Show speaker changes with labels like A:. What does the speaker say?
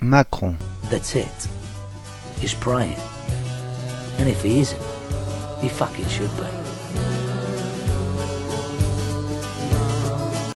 A: Macron.
B: That's it. He's praying. And if he isn't, he fucking should be.